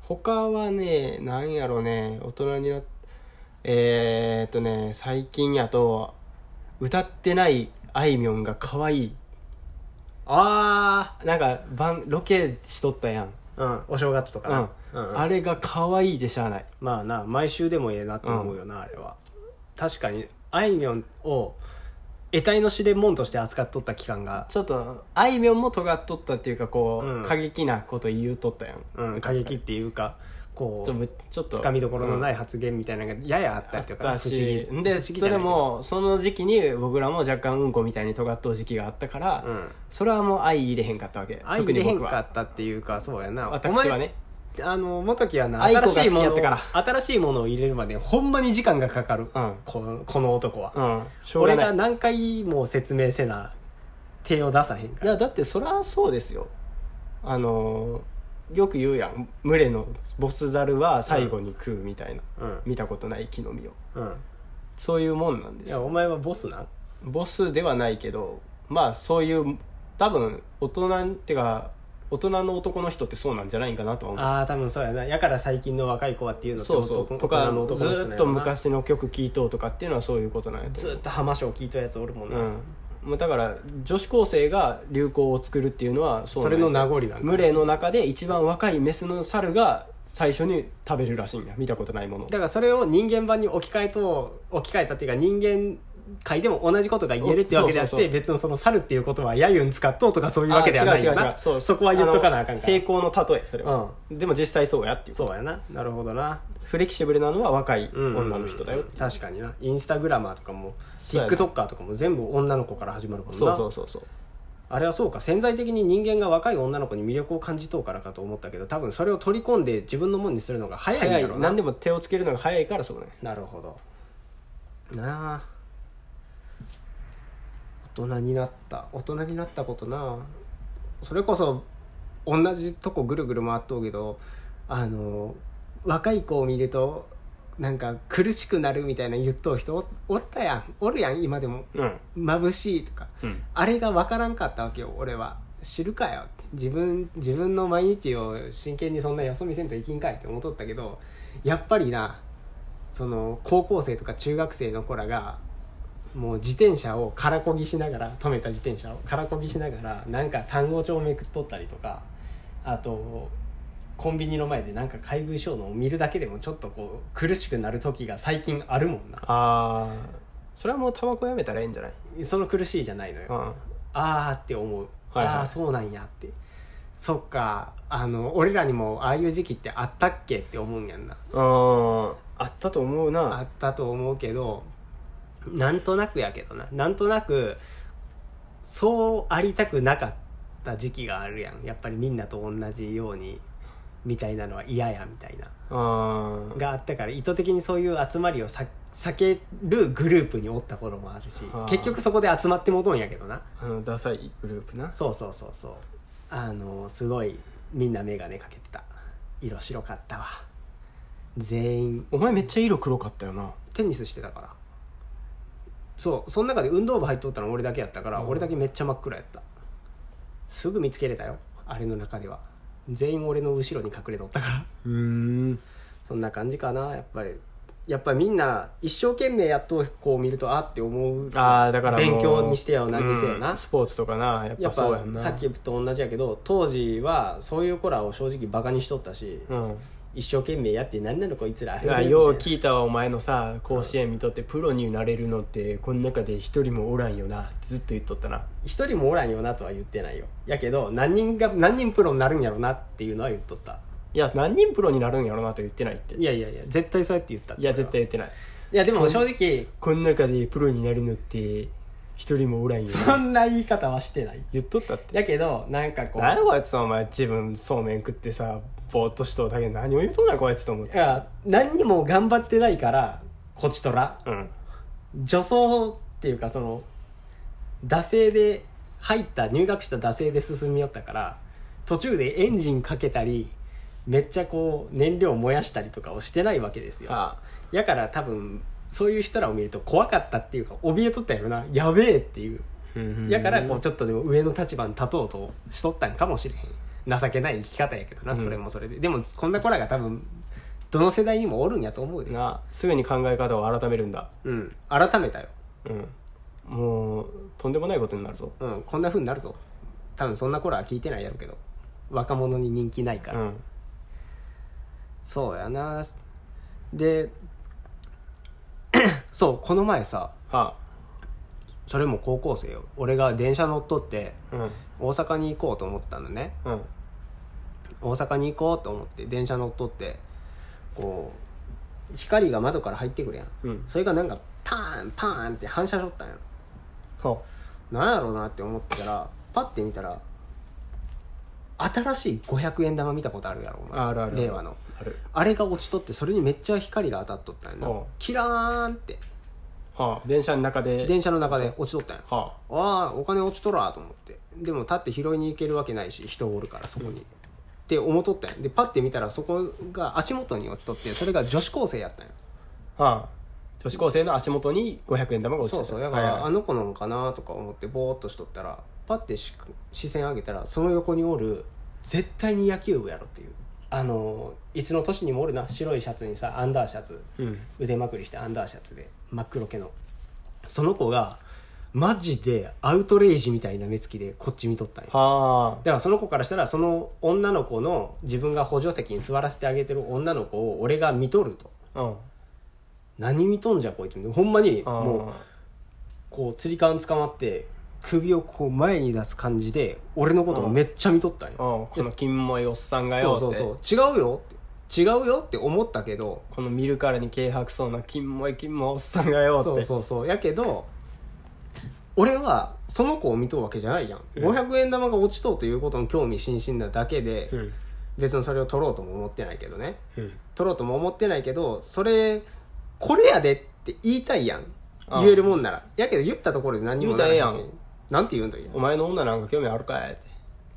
A: 他はねなんやろね大人になっえー、っとね最近やと歌ってないあいみょんが可愛い
B: あ
A: なんか番ロケしとったやん、
B: あうんお正月とかな
A: うん
B: うんうん
A: あれが可愛いでしゃあない
B: まあな毎週でもええなって思うよな、あれは確かにあいみょんを得体の知れんもんとして扱っとった期間が、
A: ちょっとあいみょんも尖っとったっていうかこう、
B: うん
A: 過激なこと言うとったやん
B: うん、過激っていうかこ
A: ちょ
B: う
A: むちょっと
B: つかみどころのない
A: い、
B: 発言みたいなのがややあっ
A: うん
B: た
A: あ
B: り
A: っ
B: とか
A: た
B: な不思議
A: し
B: 不
A: で
B: 思議じゃないけど
A: それもその時期に僕らも若干うんこみたいに尖っとう時期があったから、
B: うん
A: それはもう相入れへんかったわけ
B: 愛
A: 特
B: に
A: に
B: 変
A: 僕
B: 化あ
A: は
B: ったっていうかそうやな
A: 私はね
B: お前あの元木はな
A: 愛子が
B: 新
A: 好き
B: しいもの
A: やったから
B: 新しいものを入れるまでほんまに時間がかかる、
A: うん
B: このこの男は、
A: うんしょう
B: 俺
A: が
B: が
A: ない
B: 何回も説明せな手を出さへんか
A: い
B: ら
A: やだってそりゃそうですよあのーよく言うやん群れのボスザルは最後に食うみたいな、
B: うん
A: 見たことない木の実を
B: うん
A: そういうもんなんで
B: い
A: す
B: や
A: よ
B: お前はボスなん
A: ボスではないけどまあそういう多分大人ってか大人の男の人ってそうなんじゃないんかなとは思う
B: ああ多分そうやなやから最近の若い子はっていうのって
A: そうそう
B: 男
A: と
B: 大
A: か
B: 人の男
A: ず
B: の人なん
A: ー
B: や
A: っと
B: ろな
A: 昔の曲聴いとうとかっていうのはそういうことなんやと
B: ず
A: 思う
B: ーっと浜章聞いたやつおるもんな、
A: うん、もうだから女子高生が流行を作るっていうのは
B: そうれの名残なんだ
A: 群れの中で一番若いメスの猿が最初に食べるらしいんや見たことないもの
B: だからそれを人間版に置き換えと置き換えたっていうか人間界でも同じことが言えるっていうわけであって
A: そうそうそう
B: 別のその猿っていう言葉は揶揄に使っとうとかそういうわけではないよ
A: あ違う違う違
B: な
A: う
B: そうこは言っとかなあかん
A: の
B: から
A: 平行の例えそれは、でも実際そうやっていう
B: そうやななるほどな、
A: フレキシブルなのは若い
B: うんうんうん
A: 女の人だよっていう、
B: 確かになインスタグラマーとかも
A: そうやな
B: TikToker とかも全部女の子から始まるもんな
A: そうそうそうそう
B: あれはそうか潜在的に人間が若い女の子に魅力を感じとうからかと思ったけど多分それを取り込んで自分のもんにするのが早いん
A: 早
B: だ
A: い
B: ろうな
A: 何でも手をつけるのが早いからそうね
B: なるほどなあ大人になった大人になったことなそれこそ同じとこぐるぐる回っとうけどあの若い子を見るとなんか苦しくなるみたいな言っとう人おおったやんおるやん今でも
A: うん
B: 眩しいとか
A: うん
B: あれが分からんかったわけよ俺は知るかよって自分自分の毎日を真剣にそんなよそ見せんといきんかいって思っとったけどやっぱりなその高校生とか中学生の子らがもう自転車を空こぎしながら止めた自転車を空こぎしながらなんか単語帳めくっとったりとかあとコンビニの前でなんか買い食いしようのを見るだけでもちょっとこう苦しくなる時が最近あるもんな
A: ああそれはもうタバコやめたらええんじゃない
B: その苦しいじゃないのよ、
A: うん
B: あーって思う、
A: はいはい
B: ああそうなんやってそっかあの俺らにもああいう時期ってあったっけって思うんやんな
A: ああったと思う
B: あ
A: な
B: ったと思うけどなんとなくやけどななんとなくそうありたくなかった時期があるやんやっぱりみんなと同じようにみたいなのは嫌やみたいな
A: ああ
B: があったから意図的にそういう集まりをさ避けるグループにおった頃もあるし
A: はあ
B: 結局そこで集まって戻んやけどな
A: あのダサいグループな
B: そうそうそうそうあのすごいみんな眼鏡かけてた色白かったわ全員
A: お前めっちゃ色黒かったよな
B: テニスしてたからそうその中で運動部入っとったの俺だけやったから、
A: うん
B: 俺だけめっちゃ真っ暗やったすぐ見つけれたよあれの中では全員俺の後ろに隠れとったから
A: うん
B: そんな感じかなやっぱりやっぱりみんな一生懸命やっとこう見るとあって思う
A: ああだからもう
B: 勉強にしてよ何にせよな、
A: うんスポーツとかなやっぱ
B: やっ
A: そう
B: ぱ
A: やんな
B: さっきと同じやけど当時はそういう子らを正直バカにしとったし、
A: うん
B: 一生懸命やって何なのこいつら
A: いやよう
B: い
A: 聞いたわお前のさ甲子園見とってプロになれるのってこの中で一人もおらんよなってずっと言っとったな
B: 一人もおらんよなとは言ってないよやけど何人が何人プロになるんやろなっていうのは言っとった
A: いや何人プロになるんやろなと言ってないって
B: いやいやいや絶対そうやって言った
A: いや絶対言ってない
B: いやでも正直
A: この中でプロになるのって一人もおらんよ
B: そ
A: なん
B: な言い方はしてない
A: 言っとったって
B: やけどなんかこう
A: 何やこいつお前自分そうめん食ってさぼーっとしとうだけで何を言うとんねんこいつと思っ
B: い
A: て
B: や何にも頑張ってないからこちとら
A: うん
B: 女装っていうかその惰性で入った入学した惰性で進み寄ったから途中でエンジンかけたりめっちゃこう燃料燃やしたりとかをしてないわけですよ
A: あ
B: やから多分そういう人らを見ると怖かったっていうか怯えとったやろなやべえっていうやからこうちょっとでも上の立場に立とうとしとったんかもしれへん情けない生き方やけどな
A: うん
B: それもそれで、でもこんな子らが多分どの世代にもおるんやと思うよ、
A: なすぐに考え方を改めるんだ
B: うん、改めたよ、
A: うんもうとんでもないことになるぞ
B: うん、こんな風になるぞ多分そんな子らは聞いてないやろうけど若者に人気ないから、
A: うん
B: そうやなで そうこの前さ
A: は
B: それも高校生よ俺が電車乗っとって
A: あうん
B: 大阪に行こうと思ったのね
A: うん
B: 大阪に行こうと思って電車乗っとってこう光が窓から入ってくるやん
A: うん
B: それがなんかパーンパーンって反射しとったんや
A: ほ
B: なんやろうなって思ったらパッて見たら新しい500円玉見たことあるやろお前
A: あるあるある
B: 令和の
A: ある
B: あれが落ちとってそれにめっちゃ光が当たっとったんやな
A: おう
B: キラーンって
A: はあ電車の中で
B: 電車の中で落ちとったんや
A: は
B: ああお金落ちとらーと思ってでも立って拾いに行けるわけないし人おるからそこに、って思っとったんやでパッて見たらそこが足元に落ちとってそれが女子高生やったんや
A: あはあ女子高生の足元に500円玉が落ち
B: そ
A: て
B: う
A: た
B: そうだから、
A: はいはい
B: あの子なのかなとか思ってぼーっとしとったらパッてし視線上げたらその横におる絶対に野球部やろっていうあのいつの年にもおるな白いシャツにさアンダーシャツ
A: うん
B: 腕まくりしてアンダーシャツで真っ黒けのその子がマジでアウトレイジみたいな目つきでこっち見とったんや
A: は
B: だからその子からしたらその女の子の自分が補助席に座らせてあげてる女の子を俺が見とると
A: あうん
B: 何見とんじゃこいつほんまにも
A: も
B: うこうつり革捕まって首をこう前に出す感じで俺のことをめっちゃ見とったん
A: う
B: よ
A: んこの金もいおっさんがよ
B: そ
A: っ
B: う
A: て
B: そうそう違うよって違うよって思ったけど
A: この見るからに軽薄そうな金もい金もいおっさんがよって
B: そうそうそうやけど俺はその子を見とうわけじゃないやん
A: うん
B: 500円玉が落ちとうということに興味津々なだけで
A: ん
B: 別にそれを取ろうとも思ってないけどね
A: うん
B: 取ろうとも思ってないけどそれこれやでって言いたいやん
A: ああ
B: 言えるもんならやけど言ったところで何にもならへんし
A: 言うたらええやん
B: なんて言うんだよ
A: お前の女なんか興味あるかいって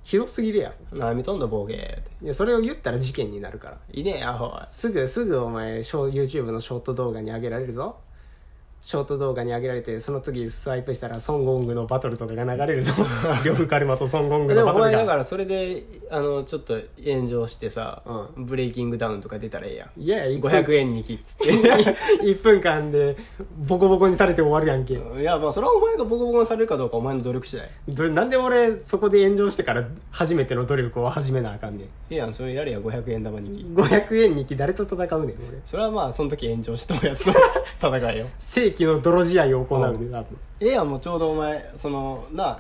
B: ひどすぎるやん
A: 何見とんだボケって
B: いやそれを言ったら事件になるから
A: いねえアホ
B: すぐすぐお前ショー YouTube のショート動画に上げられるぞショート動画に上げられてその次スワイプしたらソン・ゴングのバトルとかが流 れるぞ呂布カルマとソン・ゴング
A: で
B: の
A: も
B: バ
A: お
B: トル
A: 前だか
B: が
A: らそれであのちょっと炎上してさ、
B: う
A: ブレイキングダウンとか出たらええやん
B: いやいや
A: 500円にきっつって
B: 1分間でボコボコにされて終わるやんけ、
A: いやまあそれはお前がボコボコにされるかどうかお前の努力次第
B: どなんで俺そこで炎上してから初めての努力を始めなあかんねん
A: ええやんそれやれや500円玉にき
B: 500円にき誰と戦うねん俺
A: それはまあその時炎上したやつと戦いよ
B: 世紀の泥仕合を行うね
A: うん
B: 多分
A: ええやんもうちょうどお前そのなあ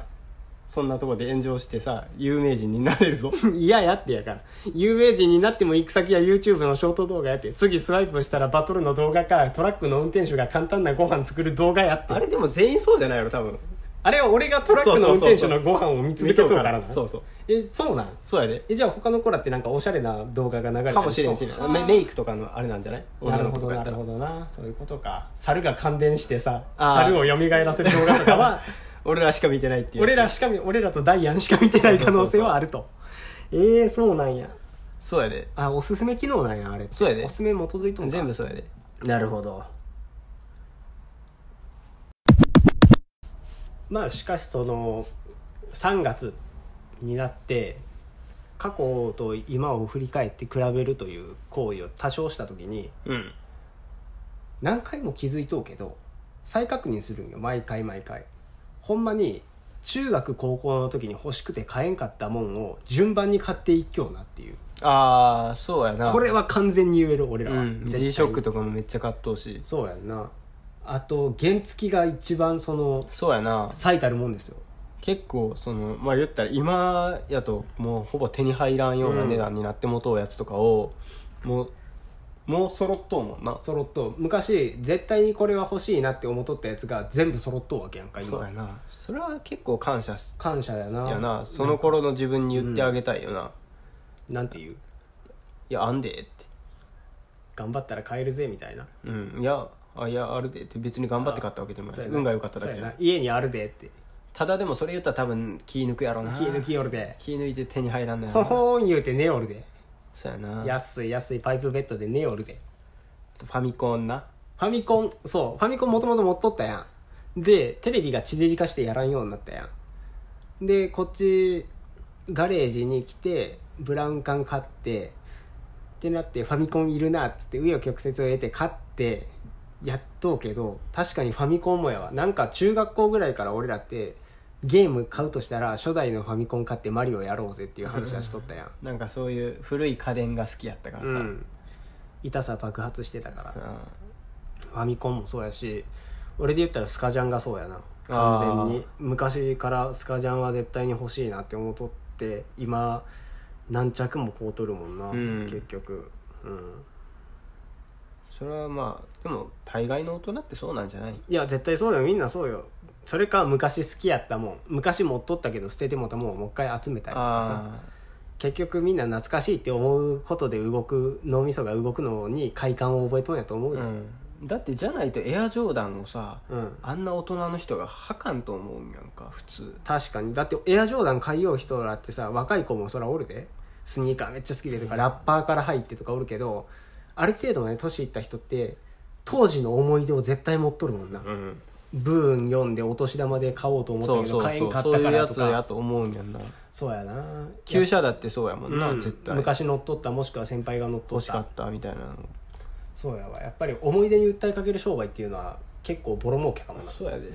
A: そんなとこで炎上してさ有名人になれるぞ
B: 嫌やってやから有名人になっても行く先は YouTube のショート動画やって次スワイプしたらバトルの動画かトラックの運転手が簡単なご飯作る動画やって
A: あ
B: あれ
A: れでも全員そうじゃないやろ多分
B: は俺がトラックの運転手のご飯を見続けとるからな
A: そうそう
B: えそうなん
A: そうやで
B: えじゃあ他の子らってなんかおしゃれな動画が流れてる
A: かもしれんしなメメイクとかのあれなんじゃない
B: なるほどなるほどなそういうことか猿が感電してさ猿を蘇らせる動画と か は
A: 俺らしか見てないっていう
B: 俺らしか見俺らとダイアンしか見てない可能性はあるとええー、そうなんや
A: そうやで
B: あおすすめ機能なんやあれ
A: そうやで
B: おすすめ基づいとんか
A: 全部そうやで
B: なるほどまあしかしその3月になって過去と今を振り返って比べるという行為を多少した時に
A: うん
B: 何回も気づいとうけど再確認するんよ毎回毎回ほんまに中学高校の時に欲しくて買えんかったもんを順番に買っていっきょうなっていう
A: ああそうやな
B: これは完全に言える俺ら
A: う
B: は、
A: ん
B: 絶対
A: G ショックとかもめっちゃ買っとうし
B: そうやんなあと原付が一番その
A: そうやな
B: 最たるもんですよ
A: 結構そのまあ言ったら今やともうほぼ手に入らんような値段になってもとうやつとかを、もうもう揃っとうもんな
B: 揃っとう昔絶対にこれは欲しいなって思っとったやつが全部揃っとうわけやんか
A: そう
B: 今
A: やなそれは結構感謝し
B: 感謝やな
A: やなその頃の自分に言ってあげたいよな、い
B: なんていう
A: やあんでって
B: 頑張ったら買えるぜみたいな
A: うんいやあいやあるでって別に頑張って買ったわけでもないし運が良かっただけ
B: そう
A: じ
B: や
A: ゃ
B: な
A: ない
B: 家にあるでって
A: ただでもそれ言ったら多分気抜くやろな
B: 気抜きよるで
A: 気抜いて手に入らんのや
B: ほ
A: ろな
B: ほーん言うて寝よるで
A: そうやな
B: 安い安いパイプベッドで寝よるで
A: ファミコンな
B: ファミコンそうファミコンもともと持っとったやんでテレビが地デジ化してやらんようになったやんでこっちガレージに来てブラウン管買ってってなってファミコンいるなっつって紆余曲折を得て買ってやっとうけど確かにファミコンもやわなんか中学校ぐらいから俺らってゲーム買うとしたら初代のファミコン買ってマリオやろうぜっていう話はしとったやん
A: なんかそういう古い家電が好きやったからさ、
B: うん、痛さ爆発してたから
A: う、ん
B: ファミコンもそうやし俺で言ったらスカジャンがそうやな完全に昔からスカジャンは絶対に欲しいなって思っとって今何着もこう取るもんな、
A: うん
B: 結局うん
A: それはまあでも大概の大人ってそうなんじゃない
B: いや絶対そうよみんなそうよそれか昔好きやったもん昔持っとったけど捨ててもたもんをもう一回集めたりとかさ
A: あ
B: 結局みんな懐かしいって思うことで動く脳みそが動くのに快感を覚えとんやと思
A: あ
B: う
A: ー
B: よ、
A: うんだってじゃないとエアジョーダンをさ
B: うん、
A: あんな大人の人がはかんと思うんやんか普通
B: 確かにだってエアジョーダン買いよう人らってさ若い子もそらおるでスニーカーめっちゃ好きでとかラッパーから入ってとかおるけどある程度ね年いった人って当時の思い出を絶対持っとるもんな、
A: うん
B: ブーン読んでお年玉で買おうと思った
A: そう
B: け
A: そ
B: ど
A: う
B: 買え
A: そ
B: ん
A: う
B: かっ
A: そう
B: た
A: い
B: か
A: う
B: ら
A: や
B: と
A: つや
B: か
A: と思うんやんな
B: そうやな
A: 旧車だってそうやもんな、
B: うん
A: 絶対
B: 昔乗っとったもしくは先輩が乗っと
A: 欲
B: っ
A: しか
B: た
A: ったみたいなの
B: そうやわやっぱり思い出に訴えかける商売っていうのは結構ボロ儲けかもな
A: そうやで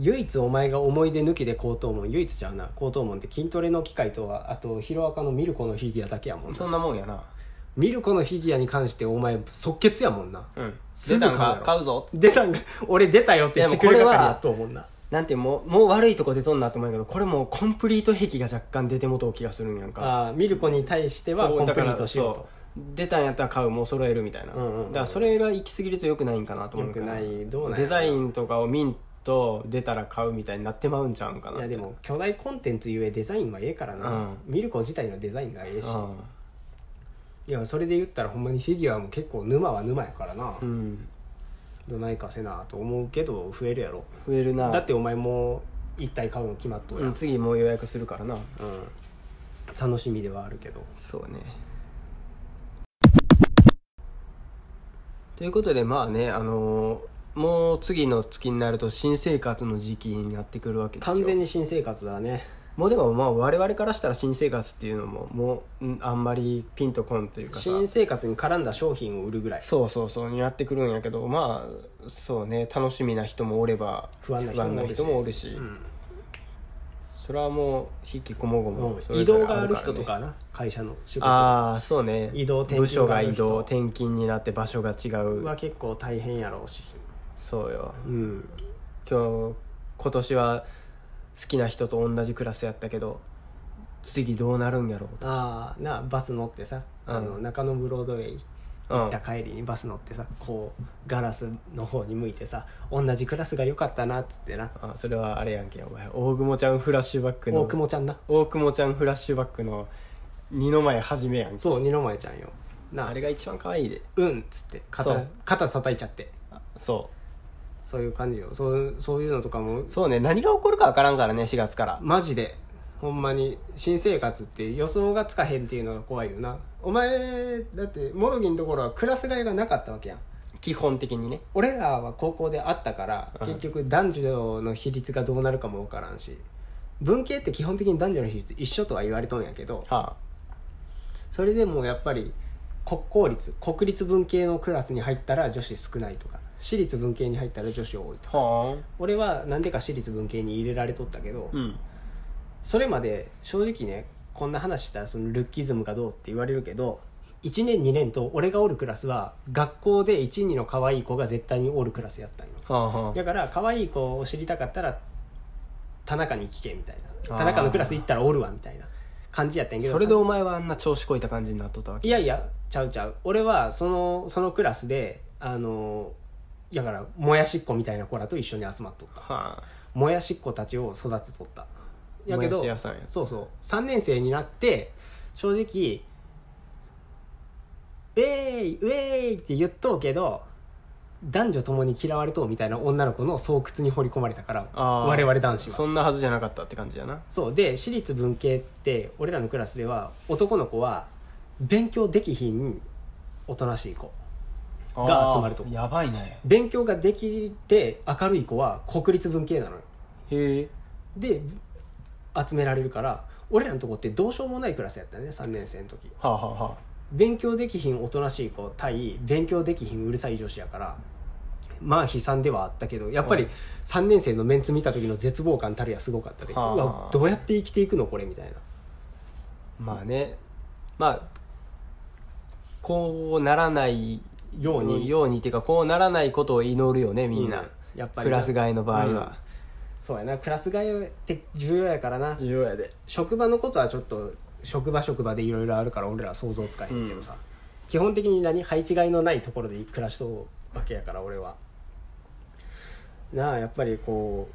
B: 唯一お前が思い出抜きで高等門唯一ちゃうな高等門って筋トレの機械とはあとヒロアカのミルコのフィギュアだけやもんな
A: そんなもんやな
B: ミルコのフィギュアに関してお前即決やもんな
A: うん
B: す
A: 出
B: ぐ
A: たん
B: 買う
A: か
B: やろ
A: 買うぞ
B: 出たんか俺出たよって
A: でも
B: チクれ
A: これは
B: 係やっと思うな
A: なんてもうもう悪いとこ出とんなと思うけどこれもうコンプリート癖が若干出てもとう気がするんやんか
B: ああミルコに対してはコンプリートしよう
A: だか
B: と
A: らそう出たんやったら買うもう揃えるみたいな、
B: うんうんうん
A: だからそれが行き過ぎるとよくないんかなと思うから
B: 良くないどうなんやろ
A: デザインとかを見んと出たら買うみたいになってまうんちゃうんかない
B: やでも巨大コンテンツゆえデザインはええからな、
A: うん
B: ミルコ自体のデザインがええし、
A: あ
B: いやそれで言ったらほんまにフィギュアも結構沼は沼やからな、
A: あうん
B: どないかせなと思うけど増えるやろ
A: 増えるな
B: だってお前もう一体買うの決まっとる
A: う
B: や
A: ん、
B: ん、
A: 次もう予約するからな
B: うん、楽しみではあるけど
A: そうねということでまあねあのーもう次の月になると新生活の時期になってくるわけですよ
B: 完全に新生活だね
A: もうでもまあ我々からしたら新生活っていうのももううんあんまりピンとこんというかさ
B: 新生活に絡んだ商品を売るぐらい
A: そうそうそうになってくるんやけどまあそうね楽しみな人もおれば
B: 不安な人もおるし
A: 人もおるし、それはもう引きこもごもそ
B: うん
A: れ
B: 移
A: ぞ
B: 動
A: れ
B: があ
A: る
B: る
A: からね
B: 人とかな会社の仕事は
A: ああそうね
B: 移動転勤
A: 部署が
B: がある
A: 移
B: 人
A: 動転勤になって場所が違う
B: 結構大変やろうし
A: そうよ
B: うん
A: 今日今年は好きな人と同じクラスやったけど次どうなるんやろうと
B: ああなあバス乗ってさ、
A: うん
B: あの中野ブロードウェイ
A: うん
B: 行った帰りにバス乗ってさこうガラスの方に向いてさ同じクラスが良かったなっつってな
A: あそれはあれやんけお前大久保ちゃんフラッシュバックの
B: 大久保ちゃんな
A: 大久保ちゃんフラッシュバックの二の前はじめやんけ
B: そう二の前ちゃんよな
A: あれが一番可愛いで
B: うんっつって肩
A: そう
B: 肩叩いちゃって
A: あそ
B: そういう感じよそうそういうのとかも
A: うそうね何が起こるか分からんからね4月から
B: マジでほんまに新生活って予想がつかへんっていうのが怖いよなお前だってモドギのところはクラス替えがなかったわけやん
A: 基本的にね
B: 俺らは高校であったから
A: うん
B: 結局男女の比率がどうなるかも分からんし文系って基本的に男女の比率一緒とは言われとんやけど
A: は
B: それでもやっぱり国公立国立文系のクラスに入ったら女子少ないとか私立文系に入ったら女子多いと
A: あは
B: 俺はなんでか私立文系に入れられとったけど、
A: あうん
B: それまで正直ねこんな話したらそのルッキズムがどうって言われるけど1年2年と俺がおるクラスは学校で12の可愛い子が絶対におるクラスやったんよ
A: はあはあ
B: だから可愛い子を知りたかったら田中に聞けみたい
A: あー
B: な田中のクラス行ったらおるわみたいな感じやったんやけど
A: それでお前はあんな調子こいた感じになっとったわけ
B: いやいやちゃうちゃう俺はそのそのクラスであのだからもやしっ子みたいな子らと一緒に集まっとった
A: はあ
B: もやしっ子たちを育てとったやけど
A: もやし屋さんや
B: そうそう3年生になって正直「ウェイウェイ!」って言っとうけど男女ともに嫌われとうみたいな女の子の巣窟に掘り込まれたから
A: あー
B: 我々男子は
A: そんなはずじゃなかったって感じやな
B: そうで私立文系って俺らのクラスでは男の子は勉強できひんおとなしい子が集まると
A: あーやばいね
B: 勉強ができて明るい子は国立文系なのよ
A: へえ
B: で集められるから俺らのとこってどうしようもないクラスやったよね3年生の時
A: はあ、はあは
B: 勉強できひんおとなしい子対勉強できひんうるさい女子やからまあ悲惨ではあったけどやっぱ
A: う
B: り
A: ん
B: 3年生のメンツ見た時の絶望感たるやすごかったで、
A: はあ
B: うわどうやって生きていくのこれみたいな
A: あ、まあねまあこうならない
B: ように
A: ようにっていうかこうならないことを祈るよねみんな、
B: うんやっぱり
A: クラス替えの場合
B: うん
A: は、
B: そうやなクラス替えって重要やからな
A: 重要やで
B: 職場のことはちょっと職場職場でいろいろあるから俺らは想像つかへんけどさ、基本的に何配置がいのないところで暮らしとうわけやから俺はなあやっぱりこ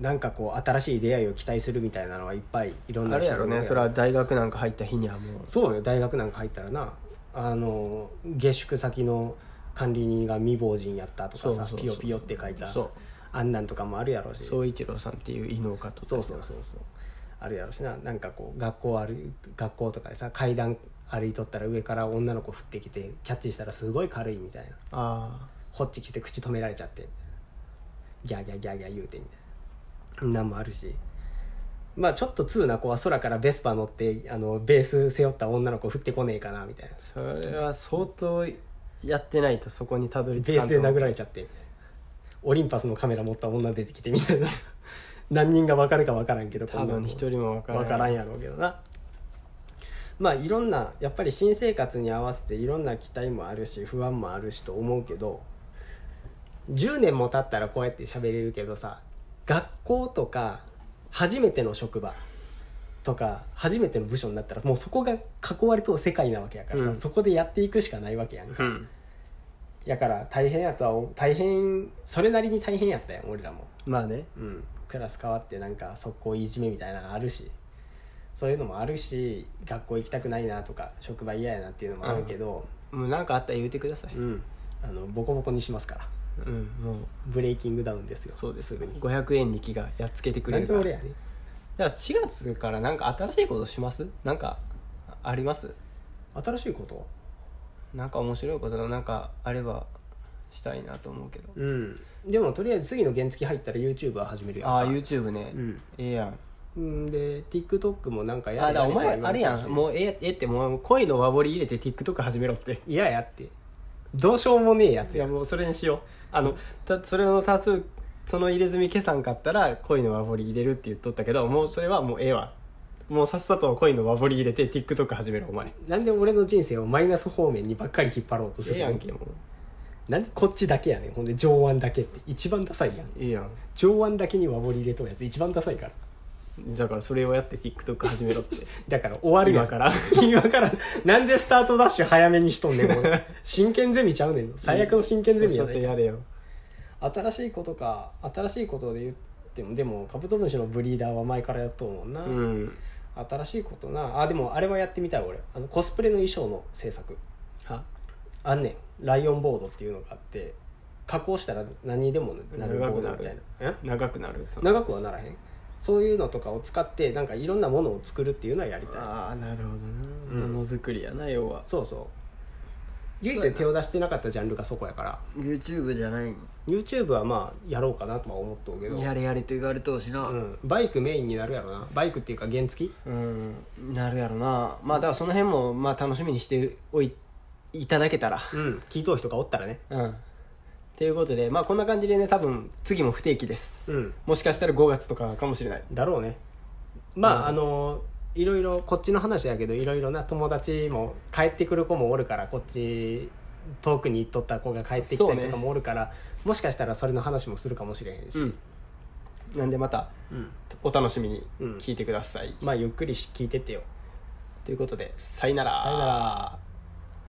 B: うなんかこう新しい出会いを期待するみたいなのはいっぱいいろんな
A: あるやろ
B: がい
A: ね
B: る
A: それは大学なんか入った日にはもう
B: そうよ大学なんか入ったらなあの下宿先の管理人が未亡人やったと
A: そ
B: かさ
A: うそうそう
B: ピヨピヨって書いた
A: そう
B: あんなんとかもあるやろうし
A: 総一郎さんっていう異能家と
B: そうそうそうそうあるやろしななんかこう学校ある学校とかでさ階段歩いとったら上から女の子降ってきてキャッチしたらすごい軽いみたいな
A: あ
B: ほっちきて口止められちゃってギャーギャーギャーギャー言うてみたいななんもあるしまあちょっと通な子は空からベスパ乗ってあのベース背負った女の子降ってこねえかなみたいな
A: あそれは相当やってないとそこにたどり着
B: ベー
A: か
B: ス
A: んと
B: で
A: 思う
B: 殴られちゃってみたいなオリンパスのカメラ持った女出てきてみたいな何人が分かるか分からんけどこ
A: 多
B: んなの
A: 分一人もわから
B: 分から
A: ん
B: んやろうけどなまあいろんなやっぱり新生活に合わせていろんな期待もあるし不安もあるしと思うけど10年も経ったらこうやって喋れるけどさ学校とか初めての職場とか初めての部署になったらもうそこが囲われとう世界なわけやからさ、
A: うん
B: そこでやっていくしかないわけやんか、
A: うん
B: やから大変やとは思う大変それなりに大変やったやん俺らも
A: まあね
B: うん、クラス変わってなんか速攻いじめみたいなのあるしそういうのもあるし学校行きたくないなとか職場嫌やなっていうのもあるけど、
A: もう何かあったら言うてください
B: うんあのボコボコにしますから
A: うん、もう
B: ブレイキングダウンですよ
A: そうです
B: ぐに
A: 500円に気がやっつけてくれる
B: 何
A: か
B: で
A: ら
B: 俺
A: だ
B: やね
A: から4月からなんか新しいことしますなんかあります
B: 新しいこと
A: なんか面白いことがなんかあればしたいなと思うけど
B: うんでもとりあえず次の原付入ったら YouTube は始めるやんか
A: ああ YouTube ね、
B: うん
A: ええやん
B: うんで TikTok もなんか
A: あ
B: や
A: あだからお前あれやんも
B: う
A: うええええってもう恋の和彫り入れて TikTok 始めろって
B: 嫌やってどうしようもねえやつ
A: い
B: や
A: やもうそれにしようあのたそれのタトゥーその入れ墨消さんかったら恋の和彫り入れるって言っとったけどもうそれはもうええわもうさっさと恋の和彫り入れて TikTok 始めろお前
B: なんで俺の人生をマイナス方面にばっかり引っ張ろうとす
A: え
B: る
A: え
B: の
A: やんけも
B: なんでこっちだけやねんほんで上腕だけって一番ダサいやん
A: ういいやん
B: 上腕だけに和彫り入れとるやつ一番ダサいから
A: だからそれをやって TikTok 始めろって
B: だから終わるやん
A: 今から
B: 今からなんでスタートダッシュ早めにしとんねんもう真剣ゼミちゃうねんの 最悪の真剣ゼミや
A: さっ
B: ね
A: さと
B: ん
A: やれよ
B: 新しいことか新しいことで言ってもでもカブトムシのブリーダーは前からやっとうもんな、
A: うん
B: 新しいことなあでもあれはやってみたい俺あのコスプレの衣装の制作
A: は
B: あんねんライオンボードっていうのがあって加工したら何にでもなるボードみたいなえ
A: 長くなるその
B: 長くはならへんそういうのとかを使ってなんかいろんなものを作るっていうのはやりたい
A: ああなるほど
B: う
A: なも
B: ん
A: のづくりやな要は
B: そうそう唯一手を出してなかったジャンルがそこやから
A: YouTube じゃない
B: YouTube はまあやろうかなとは思っとうけど、
A: やれやれと言われとうしな
B: うん、バイクメインになるやろなバイクっていうか原付き
A: うん、なるやろなまあだからその辺もまあ楽しみにしておいいただけたら
B: うん聞いとう人がおったらね
A: うんということでまあこんな感じでね多分次も不定期です
B: うん
A: もしかしたら5月とかかもしれない
B: だろうねまあ、
A: うん
B: あのいろいろこっちの話やけどいろいろな友達も帰ってくる子もおるからこっち遠くに行っとった子が帰ってきたりとかもおるから、もしかしたらそれの話もするかもしれへんし、
A: うんなんでまた
B: うん
A: お楽しみに
B: うん
A: 聞いてください、
B: まあゆっくり聞いてってよ
A: ということでさよなら
B: さよなら